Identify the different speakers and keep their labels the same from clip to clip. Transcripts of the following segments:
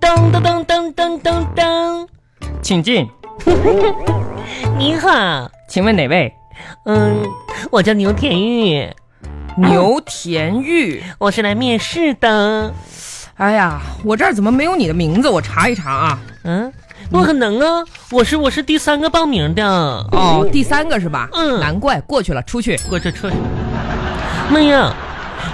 Speaker 1: 噔噔噔噔噔噔，
Speaker 2: 请进，
Speaker 1: 你好，
Speaker 2: 请问哪位？
Speaker 1: 嗯，我叫牛田玉，
Speaker 3: 牛田玉，
Speaker 1: 我是来面试的。
Speaker 3: 哎呀，我这儿怎么没有你的名字？我查一查啊。
Speaker 1: 嗯，不可能啊，我是我是第三个报名的。
Speaker 3: 哦，第三个是吧？
Speaker 1: 嗯
Speaker 3: 难怪过去了，出去。
Speaker 1: 我这车，妈呀！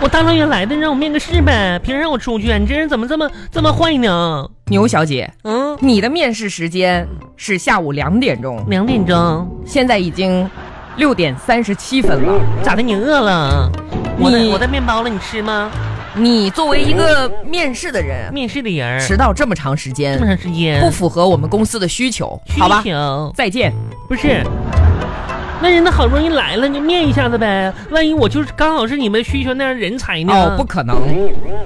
Speaker 1: 我大老远来的，让我面个试呗，凭啥让我出去啊？你这人怎么这么这么坏呢？
Speaker 3: 牛小姐，
Speaker 1: 嗯，
Speaker 3: 你的面试时间是下午两点钟，
Speaker 1: 两点钟，
Speaker 3: 现在已经六点三十七分了。
Speaker 1: 咋的？你饿了？我的
Speaker 3: 你
Speaker 1: 我的面包了，你吃吗？
Speaker 3: 你作为一个面试的人，
Speaker 1: 面试的人儿
Speaker 3: 迟到这么长时
Speaker 1: 这么
Speaker 3: 间，
Speaker 1: 长时间，
Speaker 3: 不符合我们公司的嗯需求，
Speaker 1: 需
Speaker 3: 好吧？
Speaker 1: 求
Speaker 3: 再见。
Speaker 1: 不是，那人家好不容易来了，你面一下子呗。万一我就是刚好是你们需求那样人才呢？
Speaker 3: 哦，不，可能，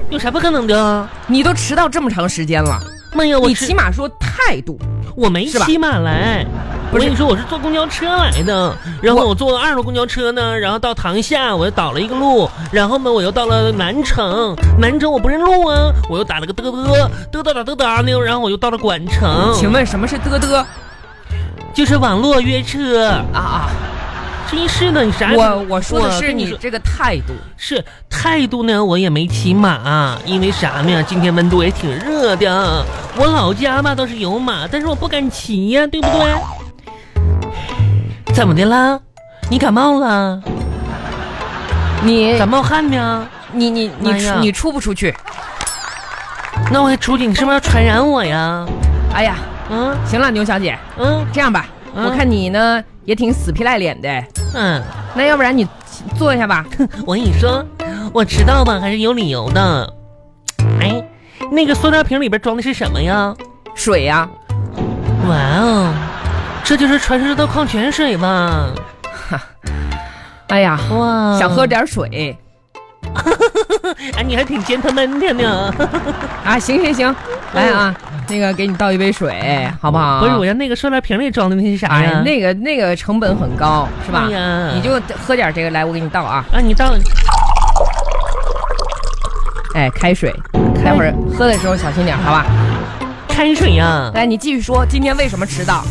Speaker 1: 有啥不可能的？
Speaker 3: 你都迟到这么长时间了，
Speaker 1: 妈呀，我
Speaker 3: 你
Speaker 1: 吃
Speaker 3: 起码说态度。
Speaker 1: 我没
Speaker 3: 是吧
Speaker 1: 骑马来。我
Speaker 3: 不是
Speaker 1: 跟你说，我是坐公交车来的，然后
Speaker 3: 我
Speaker 1: 我坐了二路公交车呢，然后到塘下，我又倒了一个路，然后呢，我又到了南城，南城我不认路啊，我又打了个嘚嘚嘚嘚打嘚嘚呢，然后我又到了管城，
Speaker 3: 请问什么是嘚嘚啊
Speaker 1: 就是网络约车，
Speaker 3: 啊？
Speaker 1: 真是的，你啥也不？
Speaker 3: 我我说的是
Speaker 1: 跟
Speaker 3: 你这个态度。
Speaker 1: 是态度呢，我也没骑马，因为啥呢？今天温度也挺热的。我老家吧倒是有马，但是我不敢骑呀、对不对？怎么的啦？你感冒了？
Speaker 3: 你
Speaker 1: 感冒汗呢？
Speaker 3: 你你你
Speaker 1: 妈呀
Speaker 3: 出你出不出去？
Speaker 1: 那我还出去，你是不是要传染我呀？
Speaker 3: 哎呀，
Speaker 1: 嗯
Speaker 3: 行了，牛小姐，
Speaker 1: 嗯
Speaker 3: 这样吧，
Speaker 1: 嗯
Speaker 3: 我看你呢也挺死皮赖脸的，
Speaker 1: 嗯，
Speaker 3: 那要不然你坐一下吧。
Speaker 1: 我跟你说，我迟到吧还是有理由的。哎，那个塑料瓶里边装的是什么呀？
Speaker 3: 水呀、
Speaker 1: 哇哦，这就是传说中的矿泉水吧？
Speaker 3: 哎呀，
Speaker 1: 哇，
Speaker 3: 想喝点水
Speaker 1: 哎，你还挺 gentleman 的呢。
Speaker 3: 啊？行行行，来啊，那个给你倒一杯水，好不好？
Speaker 1: 嗯不是，我要那个塑料瓶里装的那是啥呀？
Speaker 3: 啊哎，那个那个成本很高，是吧
Speaker 1: 哎？呀
Speaker 3: 你就喝点这个来，我给你倒啊。
Speaker 1: 啊，你到
Speaker 3: 哎，开水，待会儿喝的时候小心点，好吧？
Speaker 1: 开水啊呀？
Speaker 3: 哎，你继续说，今天为什么迟到？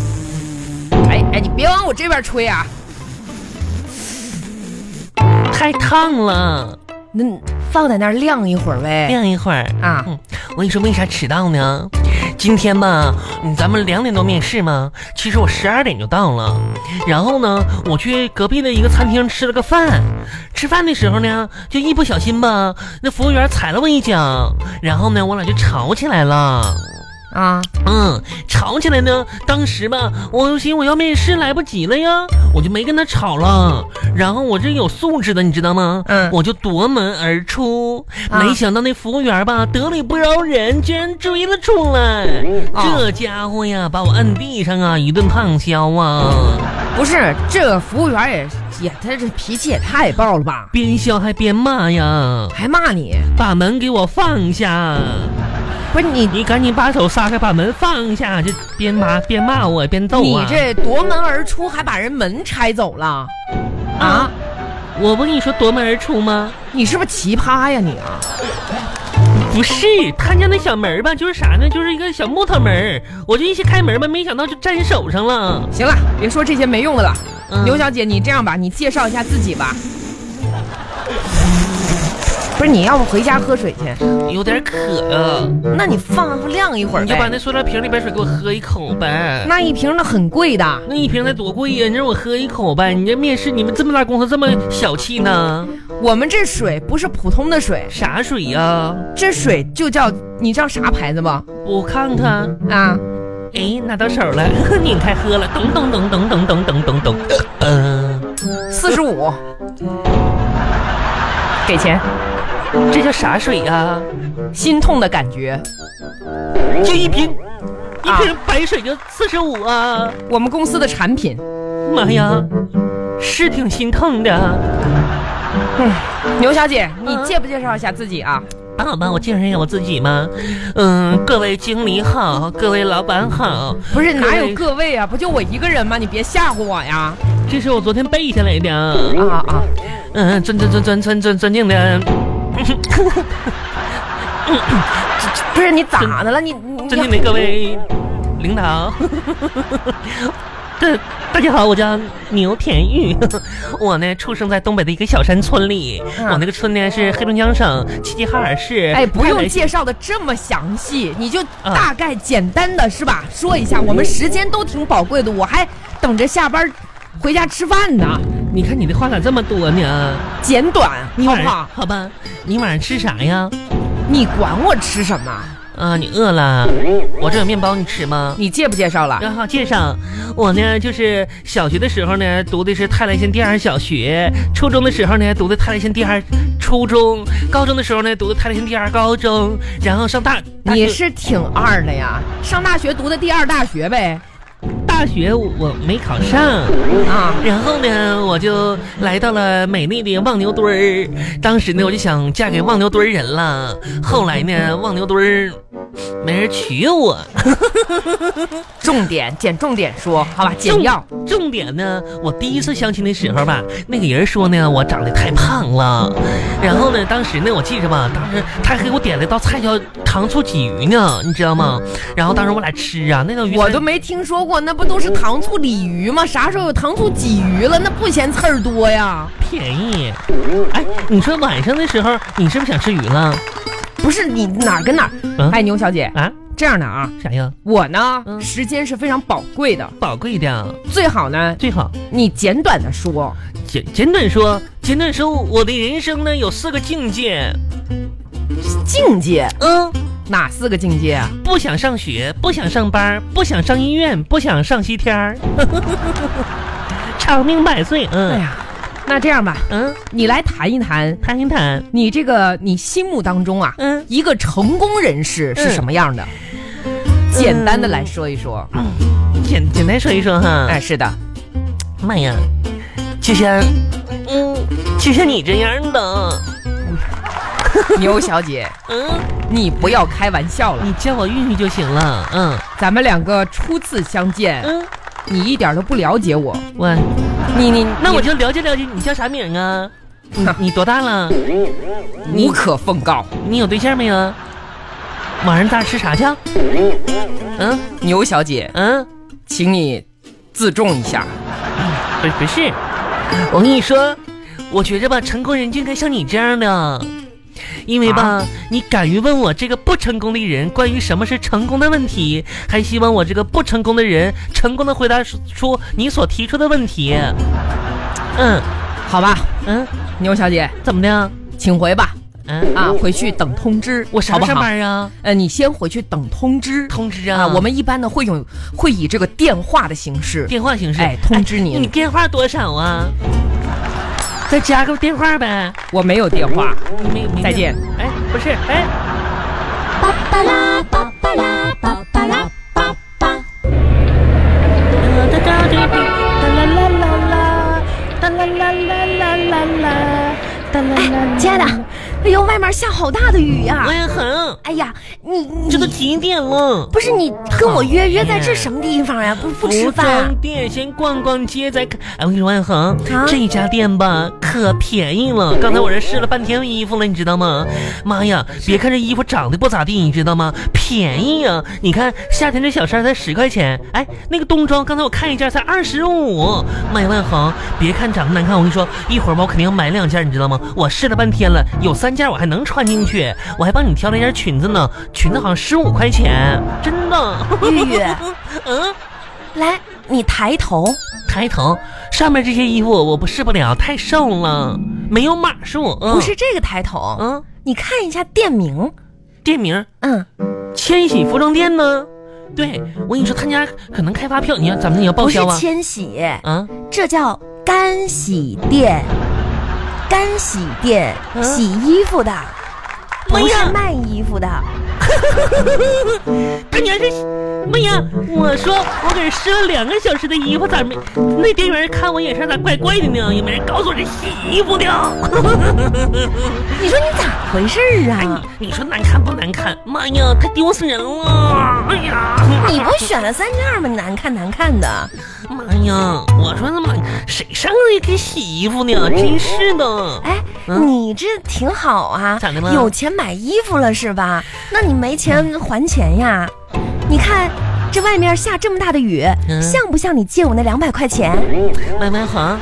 Speaker 3: 哎哎，你别往我这边吹啊！
Speaker 1: 太烫了，
Speaker 3: 那放在那儿晾一会儿呗。
Speaker 1: 晾一会儿。
Speaker 3: 啊，
Speaker 1: 嗯，我跟你说，为啥迟到呢？今天吧，嗯咱们两点多面试嘛，其实我十二点就到了。然后呢，我去隔壁的一个餐厅吃了个饭。吃饭的时候呢，就一不小心吧，那服务员踩了我一脚，然后呢，我俩就吵起来了。
Speaker 3: 啊，
Speaker 1: 嗯，吵起来呢。当时吧，我寻思我要面试来不及了呀，我就没跟他吵了。然后我这有素质的，你知道吗？
Speaker 3: 嗯
Speaker 1: 我就夺门而出。
Speaker 3: 啊
Speaker 1: 没想到那服务员吧，得理不饶人，居然追了出来。
Speaker 3: 哦
Speaker 1: 这家伙呀，把我摁地上啊，一顿胖削啊，
Speaker 3: 不是，这个服务员也也，他这脾气也太暴了吧，
Speaker 1: 边削还边骂呀，
Speaker 3: 还骂你，
Speaker 1: 把门给我放下。
Speaker 3: 不是你
Speaker 1: 你赶紧把手撒开，把门放下！这边骂边骂我，边逗
Speaker 3: 你
Speaker 1: 啊！
Speaker 3: 这夺门而出还把人门拆走了，啊
Speaker 1: 啊，我不跟你说夺门而出吗？
Speaker 3: 你是不是奇葩呀你啊？
Speaker 1: 不是，他家那小门儿吧，就是啥呢？就是一个小木头门儿，我就一起开门吧，没想到就粘手上了。
Speaker 3: 行了，别说这些没用的了，
Speaker 1: 嗯
Speaker 3: 刘小姐，你这样吧，你介绍一下自己吧。不是，你要不回家喝水去？
Speaker 1: 有点渴哎啊，
Speaker 3: 那你放晾一会儿
Speaker 1: 你就把
Speaker 3: 呗。
Speaker 1: 那塑料瓶里边水给我喝一口呗。
Speaker 3: 那一瓶那很贵的。
Speaker 1: 那一瓶才多贵呀、你让我喝一口呗。你这面试，你们这么大公司这么小气呢？
Speaker 3: 我们这水不是普通的水，
Speaker 1: 啥水呀、
Speaker 3: 这水就叫你知道啥牌子吗？
Speaker 1: 我看看，
Speaker 3: 啊，
Speaker 1: 哎，拿到手了， 拧开喝了，咚咚咚咚咚咚咚咚咚。嗯、
Speaker 3: 四十五， 给钱，
Speaker 1: 这叫啥水呀、
Speaker 3: 心痛的感觉。
Speaker 1: 就一瓶，一
Speaker 3: 啊
Speaker 1: 瓶白水就四十五啊。
Speaker 3: 我们公司的产品，
Speaker 1: 妈呀，是挺心疼的。
Speaker 3: 牛小姐，你
Speaker 1: 嗯
Speaker 3: 介不介绍一下自己啊？
Speaker 1: 那好吧，我介绍一下我自己嘛。嗯，各位经理好，各位老板好。
Speaker 3: 不是，哪有
Speaker 1: 位
Speaker 3: 各位啊？不就我一个人吗？你别吓唬我呀！
Speaker 1: 这是我昨天背下来的。
Speaker 3: 啊啊，
Speaker 1: 嗯，尊尊尊尊尊尊尊敬的。
Speaker 3: 不是你咋的了？你你
Speaker 1: 尊敬的各位领导，对大家好，我叫牛田玉，我呢出生在东北的一个小山村里，
Speaker 3: 嗯
Speaker 1: 我那个村呢是黑龙江省齐齐哈尔市。
Speaker 3: 哎，不用介
Speaker 1: 绍，
Speaker 3: 绍的这么详细，你就
Speaker 1: 嗯
Speaker 3: 大概简单的是吧？说一下，我们时间都挺宝贵的，我还等着下班回家吃饭呢，
Speaker 1: 你看你的话咋这么多呢？
Speaker 3: 简短
Speaker 1: 你
Speaker 3: 好
Speaker 1: 晚
Speaker 3: 不
Speaker 1: 上
Speaker 3: 好？
Speaker 1: 好吧，你晚上吃啥呀？
Speaker 3: 你管我吃什么？
Speaker 1: 啊，你饿了？我这有面包，你吃吗？
Speaker 3: 你介不介绍了？
Speaker 1: 然后介绍，我呢就是小学的时候呢读的是泰来县第二小学，初中的时候呢读的泰来县第二初中，高中的时候呢读的泰来县第二高中，然后上大大学
Speaker 3: 你是挺二的呀，上大学读的第二大学呗？
Speaker 1: 大学我我没考上，
Speaker 3: 啊，
Speaker 1: 然后呢我就来到了美丽的望牛墩儿，当时呢我就想嫁给望牛墩儿人了，后来呢望牛墩儿没人娶我。
Speaker 3: 重点捡重点说，好吧，简
Speaker 1: 重
Speaker 3: 要。
Speaker 1: 重点呢，我第一次相亲的时候吧，那个人说呢，我长得太胖了。然后呢，当时呢，我记着吧，当时他还给我点了一道菜叫糖醋鲫鱼呢，你知道吗？然后当时我俩吃啊，那道鱼
Speaker 3: 我
Speaker 1: 菜
Speaker 3: 都没听说过，那不都是糖醋鲤鱼吗？啥时候有糖醋鲫鱼了？那不嫌刺儿多呀？
Speaker 1: 便宜。哎，你说晚上的时候，你是不是想吃鱼了？
Speaker 3: 不是你哪儿跟哪儿？
Speaker 1: 嗯
Speaker 3: 哎，牛小姐，
Speaker 1: 啊，
Speaker 3: 这样的啊，
Speaker 1: 啥呀？
Speaker 3: 我呢、
Speaker 1: 嗯
Speaker 3: 时间是非常宝贵的，
Speaker 1: 宝贵的，啊
Speaker 3: 最好呢
Speaker 1: 最好
Speaker 3: 你简短的说。
Speaker 1: 简简短说，简短说，我的人生呢有四个境界。
Speaker 3: 境界
Speaker 1: 嗯。
Speaker 3: 哪四个境界啊？
Speaker 1: 不想上学，不想上班，不想上医院，不想上西天儿， 长命百岁。
Speaker 3: 哎
Speaker 1: 嗯
Speaker 3: 呀，那这样吧，
Speaker 1: 嗯，
Speaker 3: 你来谈一谈
Speaker 1: 谈一谈。
Speaker 3: 你这个你心目当中啊，
Speaker 1: 嗯，
Speaker 3: 一个成功人士是什么样的？简单的来说一说。
Speaker 1: 嗯简简单说一说哈。
Speaker 3: 哎，， 是的，
Speaker 1: 妈呀，就像，嗯，就像你这样的，
Speaker 3: 牛小姐，
Speaker 1: 嗯，
Speaker 3: 你不要开玩笑了。
Speaker 1: 你叫我玉玉就行了。嗯
Speaker 3: 咱们两个初次相见，
Speaker 1: 嗯，
Speaker 3: 你一点都不了解我，
Speaker 1: 我
Speaker 3: 你你
Speaker 1: 那我就了解了解你叫啥名啊？你你多大了？
Speaker 3: 无可奉告。
Speaker 1: 你有对象没有？晚上咱俩吃啥去？嗯
Speaker 3: 牛小姐，
Speaker 1: 嗯。
Speaker 3: 请你自重一下。
Speaker 1: 不不是，我跟你说，我觉着吧，成功人就应该像你这样的，因为吧，
Speaker 3: 啊
Speaker 1: 你敢于问我这个不成功的人关于什么是成功的问题，还希望我这个不成功的人成功的回答出出你所提出的问题。嗯
Speaker 3: 好吧，
Speaker 1: 嗯，
Speaker 3: 牛小姐，
Speaker 1: 怎么的？
Speaker 3: 请回吧。
Speaker 1: 嗯，
Speaker 3: 啊，回去等通知，
Speaker 1: 我啥
Speaker 3: 好
Speaker 1: 时
Speaker 3: 不
Speaker 1: 候上
Speaker 3: 好？
Speaker 1: 班啊？
Speaker 3: 呃，你先回去等通知
Speaker 1: 通知啊，
Speaker 3: 啊。我们一般呢会用会以这个电话的形式，
Speaker 1: 电话形式。
Speaker 3: 哎，通知
Speaker 1: 你
Speaker 3: 您。
Speaker 1: 电话多少啊？再加个电话呗。
Speaker 3: 我没有电话，
Speaker 1: 你没没
Speaker 3: 再见。
Speaker 1: 哎，不是，哎。
Speaker 2: 巴巴拉巴巴拉巴巴拉巴巴。哎，亲爱的，哎呦，外面下好大的
Speaker 3: 啊
Speaker 2: 雨呀、
Speaker 1: 王彦恒，
Speaker 2: 哎呀，你你
Speaker 1: 这都几点了？
Speaker 2: 不是你跟我约约在
Speaker 1: 哎
Speaker 2: 这什么地方呀、不不吃
Speaker 1: 服
Speaker 2: 饭啊、
Speaker 1: 装嗯店先逛逛街，再看。哎，我跟你说，王彦恒
Speaker 2: 啊，
Speaker 1: 这家店吧可便宜了。刚才我这试了半天衣服了，你知道吗？妈呀，别看这衣服长得不咋地，你知道吗？便宜呀、你看夏天这小衫才十块钱，哎，那个冬装刚才我看一件才二十五。妈呀，万恒，别看长得难看，我跟你说，一会儿吧，我肯定要买两件，你知道吗？我试了半天了，有三件我还能穿进去，我还帮你挑了一件裙子呢，裙子好像十五块钱，真的。
Speaker 2: 玉玉，
Speaker 1: 嗯，
Speaker 2: 来，你抬头，
Speaker 1: 抬头，上面这些衣服我不试不了，太瘦了，没有码数。嗯、
Speaker 2: 不是，这个抬头，
Speaker 1: 嗯，
Speaker 2: 你看一下店名，
Speaker 1: 店名
Speaker 2: 嗯，
Speaker 1: 千禧服装店呢？对，我跟你说，他家可能开发票，你要咱们也要报
Speaker 2: 不是
Speaker 1: 销啊。
Speaker 2: 千玺，
Speaker 1: 啊，
Speaker 2: 这叫干洗店，干洗店、
Speaker 1: 嗯
Speaker 2: 洗衣服的，不
Speaker 1: 哎
Speaker 2: 是
Speaker 1: 呀
Speaker 2: 卖衣服的。
Speaker 1: 哎他娘这，妈呀，我我说我搁这试了两个小时的衣服，咋没？那店员看我眼神咋怪怪的呢？也没人告诉我这洗衣服
Speaker 2: 哎
Speaker 1: 的。
Speaker 3: 你说你咋回事儿
Speaker 1: 哎
Speaker 3: 啊？，
Speaker 1: 你说难看不难看？妈呀，太丢死人了！哎呀，
Speaker 3: 你不选了三件吗？难看难看的，
Speaker 1: 妈呀！我说他妈，谁上来给洗衣服呢？真是的。
Speaker 4: 哎，
Speaker 1: 嗯
Speaker 4: 你这挺好啊，
Speaker 1: 咋的了
Speaker 4: 有钱买衣服了是吧？那你没钱还钱呀？你看这外面下这么大的雨，
Speaker 1: 嗯
Speaker 4: 像不像你借我那两百块钱？
Speaker 1: 麦麦黄，啊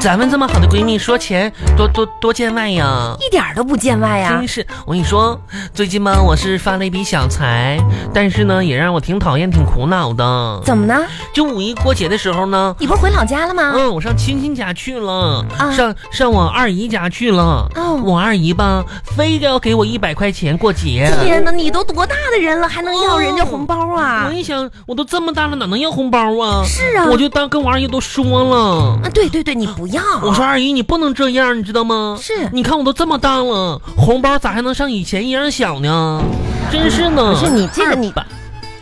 Speaker 1: 咱们这么好的闺蜜，说钱多多多见外呀。
Speaker 4: 一点儿都不见外啊呀
Speaker 1: 真！是，我跟你说，最近吧，我是发了一笔小财，但是呢，也让我挺讨厌、挺苦恼的。
Speaker 4: 怎么呢？
Speaker 1: 就五一过节的时候呢，
Speaker 4: 你不是回老家了吗？
Speaker 1: 嗯，我上亲戚家去了，
Speaker 4: 啊
Speaker 1: 上上我二姨家去了。
Speaker 4: 哦
Speaker 1: 我二姨吧，非得要给我一百块钱过 节。
Speaker 4: 天哪，你都多大的人了，还能要人家红包啊
Speaker 1: 我？一想，我都这么大了，哪能要红包啊？
Speaker 4: 是啊
Speaker 1: 我就当跟我二姨都说了。
Speaker 4: 啊，对对对，你不要。
Speaker 1: 我说二姨，你不能这样，你知道吗？
Speaker 4: 是
Speaker 1: 你看我都这么大了，红包咋还能像以前一样小呢？真是呢。
Speaker 4: 不是你这个你
Speaker 1: 200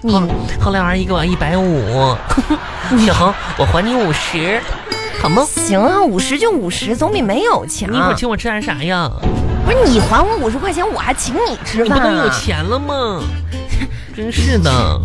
Speaker 4: 你
Speaker 1: 后后来我二姨给我一百 五，小红，我还你五十，好吗？
Speaker 4: 行啊，五十就五十，总比没有强。啊
Speaker 1: 你一会儿请我吃点啥呀？
Speaker 4: 不是你还我五十块钱，我还请你吃
Speaker 1: 你不
Speaker 4: 饭、啊。
Speaker 1: 都有钱了吗？ 真是的，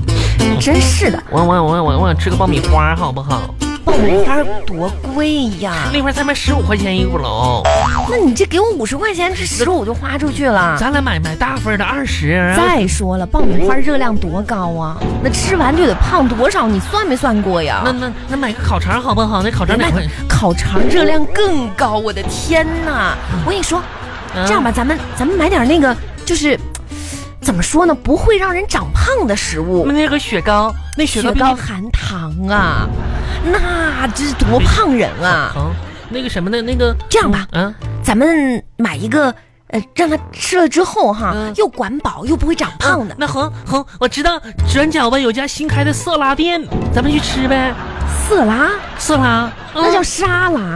Speaker 4: 真是的，
Speaker 1: 我我我我我想吃个爆米花好不好？
Speaker 4: 爆米花多贵呀！
Speaker 1: 那块儿才卖十五块钱一鼓楼，
Speaker 4: 那你这给我五十块钱，这十五就花出去了。
Speaker 1: 咱俩买买大份儿的二十。
Speaker 4: 再说了，爆米花热量多高啊！那吃完就得胖多少？你算没算过呀？哎
Speaker 1: 那那那买个烤肠好不好？那烤肠两块。
Speaker 4: 烤肠热量更高，我的天哪！我跟你说，
Speaker 1: 啊嗯
Speaker 4: 这样吧，咱们咱们买点那个，就是怎么说呢，不会让人长胖的食物
Speaker 1: 嗯，，那个雪糕，那雪糕
Speaker 4: 雪
Speaker 1: 必须
Speaker 4: 糕含糖啊，那这是多胖人啊！
Speaker 1: 疼。那个什么的，那个
Speaker 4: 这样吧，
Speaker 1: 嗯，
Speaker 4: 咱们买一个，呃，让他吃了之后哈，
Speaker 1: 嗯
Speaker 4: 又管饱又不会长胖的。
Speaker 1: 那恒恒，我知道转角吧有家新开的色拉店，咱们去吃呗。
Speaker 4: 色拉，
Speaker 1: 色拉，嗯
Speaker 4: 那叫沙拉，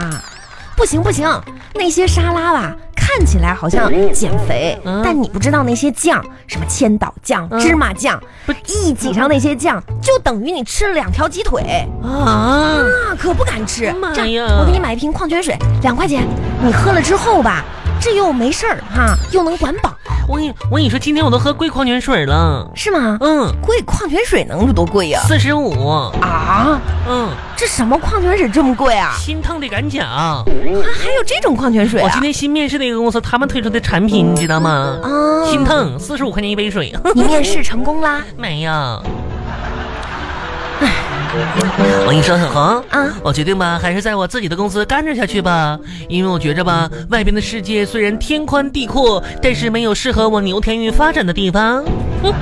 Speaker 4: 不行不行，那些沙拉吧。看起来好像减肥，
Speaker 1: 嗯
Speaker 4: 但你不知道那些酱，什么千岛酱、
Speaker 1: 嗯
Speaker 4: 芝麻酱
Speaker 1: 不，
Speaker 4: 一挤上那些酱，就等于你吃了两条鸡腿，
Speaker 1: 啊，
Speaker 4: 那可不敢吃。
Speaker 1: 妈
Speaker 4: 这
Speaker 1: 哎呀
Speaker 4: 样，我给你买一瓶矿泉水，两块钱，你喝了之后吧，这又没事儿哈，又能管饱，
Speaker 1: 我跟你我跟你说，今天我都喝贵矿泉水了，
Speaker 4: 是吗？
Speaker 1: 嗯，
Speaker 4: 贵矿泉水能有多贵呀、
Speaker 1: 四十五，
Speaker 4: 啊，
Speaker 1: 嗯，
Speaker 4: 这什么矿泉水这么贵啊？
Speaker 1: 心疼的敢讲。
Speaker 4: 啊，还有这种矿泉水
Speaker 1: 我
Speaker 4: 啊
Speaker 1: 今？天新面试的一个公司，他们推出的产品，你知道吗？
Speaker 4: 啊，
Speaker 1: 心疼，四十五块钱一杯水。
Speaker 4: 你面试成功啦？
Speaker 1: 没有。哎我跟你说，小红，
Speaker 4: 啊，
Speaker 1: 我决定吧，还是在我自己的公司干着下去吧，因为我觉着吧，外边的世界虽然天宽地阔，但是没有适合我牛田玉发展的地方。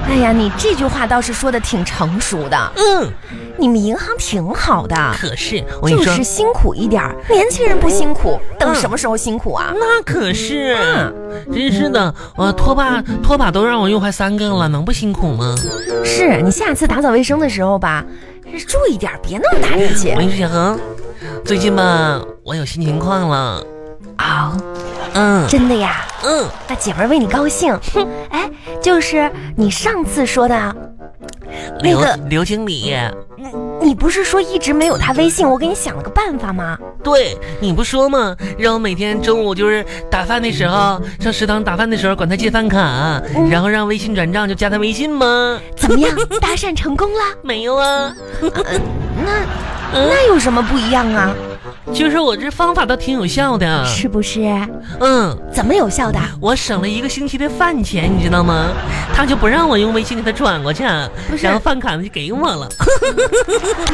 Speaker 4: 哎呀，你这句话倒是说的挺成熟 的，
Speaker 1: 嗯，
Speaker 4: 你们银行挺好的，
Speaker 1: 可是我跟
Speaker 4: 就
Speaker 1: 你说，
Speaker 4: 是辛苦一点儿。年轻人不辛苦，等
Speaker 1: 嗯
Speaker 4: 什么时候辛苦啊？
Speaker 1: 那可是，真是的，我拖把拖把都让我用坏三个了，能不辛苦吗？
Speaker 4: 是你下次打扫卫生的时候吧，注意点儿，别那么大力气
Speaker 1: 我跟你说，小红，最近吧，我有新情况了。
Speaker 4: 啊！
Speaker 1: 嗯
Speaker 4: 真的呀，
Speaker 1: 嗯，
Speaker 4: 那姐们儿为你 高兴。哎，就是你上次说的，那
Speaker 1: 刘
Speaker 4: 个
Speaker 1: 刘经理。
Speaker 4: 你不是说一直没有他微信？我给你想了个办法吗？
Speaker 1: 对，你不说吗？让我每天中午就是打饭的时候，上食堂打饭的时候管他借饭卡，
Speaker 4: 嗯
Speaker 1: 然后让微信转账就加他微信吗？
Speaker 4: 怎么 样，搭讪成功了？
Speaker 1: 没有啊，
Speaker 4: 那
Speaker 1: 嗯
Speaker 4: 那有什么不一样啊？
Speaker 1: 就是我这方法倒挺有效的。
Speaker 4: 是不是？
Speaker 1: 嗯，
Speaker 4: 怎么有效的？
Speaker 1: 我省了一个星期的饭钱，你知道吗？他就不让我用微信给他转过去，
Speaker 4: 不是
Speaker 1: 然后饭卡呢就给我了。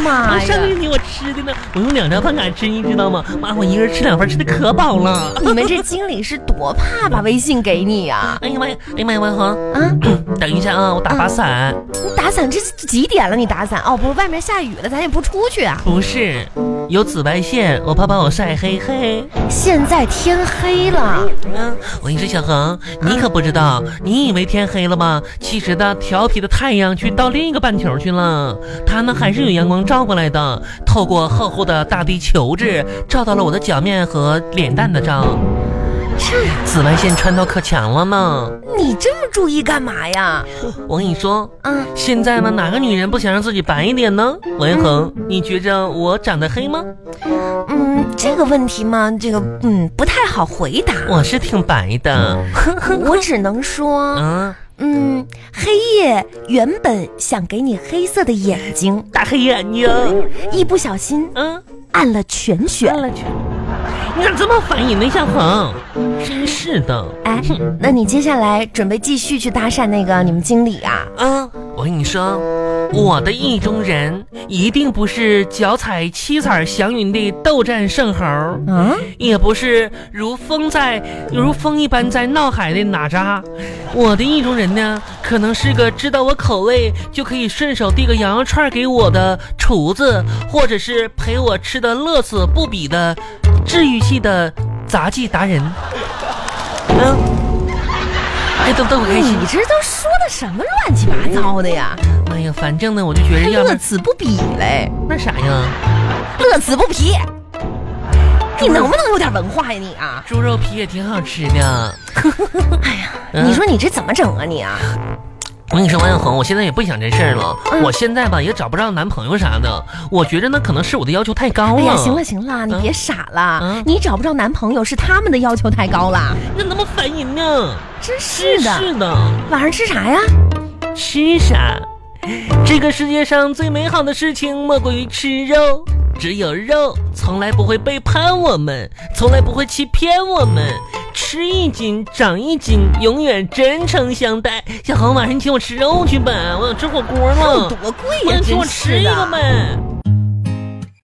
Speaker 4: 妈
Speaker 1: 上个
Speaker 4: 呀！
Speaker 1: 星期我吃的呢，我用两张饭卡吃，你知道吗？妈，我一个人吃两份，吃的可饱了。
Speaker 4: 你们这经理是多怕把微信给你呀、
Speaker 1: 哎呀妈呀，哎呀妈呀，王恒，
Speaker 4: 啊？啊，
Speaker 1: 等一下啊，我打把伞。
Speaker 4: 你打伞这这几点了？你打伞哦，不是外面下雨了，咱也不出去啊。
Speaker 1: 不是，有紫外线，我怕把我晒黑嘿。
Speaker 4: 现在天黑了，
Speaker 1: 嗯，我跟你说，小恒，你可不知道，你以为天黑了吧？其实呢，调皮的太阳去到另一个半球去了，它呢还是有阳光照过来的，透过厚厚的大地球质，照到了我的脚面和脸蛋的照。
Speaker 4: 这
Speaker 1: 紫外线穿透可强了呢。
Speaker 4: 啊你这么注意干嘛呀？
Speaker 1: 我跟你说，
Speaker 4: 啊，
Speaker 1: 现在呢，哪个女人不想让自己白一点呢？王一恒，你觉着我长得黑吗？
Speaker 4: 嗯，这个问题嘛，这个嗯不太好回答。
Speaker 1: 我是挺白的。
Speaker 4: 我只能说，
Speaker 1: 嗯，
Speaker 4: 嗯，黑夜原本想给你黑色的眼睛，
Speaker 1: 大黑眼睛。
Speaker 4: 一不小心
Speaker 1: 嗯，
Speaker 4: 按了全
Speaker 1: 看
Speaker 4: 选。
Speaker 1: 了去。你咋这么反应呢，向恒？真是的。
Speaker 4: 哎，那你接下来准备继续去搭讪那个你们经理啊？
Speaker 1: 嗯，我跟你说，我的意中人一定不是脚踩七彩祥云的斗战胜猴，
Speaker 4: 啊，
Speaker 1: 也不是如风在如风一般在闹海的哪吒。我的意中人呢，可能是个知道我口味就可以顺手递个羊肉串给我的厨子，或者是陪我吃的乐此不彼的治愈系的杂技达人。嗯，哎，都都不开心
Speaker 4: 你。这都说的什么乱七八糟的呀？
Speaker 1: 哎呀，反正呢，我就觉
Speaker 4: 还
Speaker 1: 着要不
Speaker 4: 乐
Speaker 1: 然
Speaker 4: 此不彼嘞，
Speaker 1: 那啥呀，
Speaker 4: 乐此不疲。你能不能有点文化呀你啊？
Speaker 1: 猪肉皮也挺好吃的。 哎呀
Speaker 4: 你说你这怎么整啊你啊？
Speaker 1: 我跟你说，王小红，我现在也不想这事儿了。
Speaker 4: 嗯
Speaker 1: 我现在吧也找不着男朋友啥的，我觉着那可能是我的要求太高了。
Speaker 4: 哎呀，行了，行了，你
Speaker 1: 嗯
Speaker 4: 别傻了，
Speaker 1: 嗯
Speaker 4: 你找不着男朋友是他们的要求太高了，
Speaker 1: 那那么烦人呢？
Speaker 4: 真是的。
Speaker 1: 是的，
Speaker 4: 晚上吃啥呀？
Speaker 1: 吃啥？这个世界上最美好的事情莫过于吃肉，只有肉从来不会背叛我们，从来不会欺骗我们。吃一斤长一斤，永远真诚相待。小恒，晚上你请我吃肉去吧，我想吃火锅
Speaker 4: 有
Speaker 1: 了。
Speaker 4: 多贵
Speaker 1: 嗯我
Speaker 4: 呀、
Speaker 1: 想请
Speaker 4: 真
Speaker 1: 我
Speaker 4: 是
Speaker 1: 吃一个
Speaker 4: 的。
Speaker 1: 呗。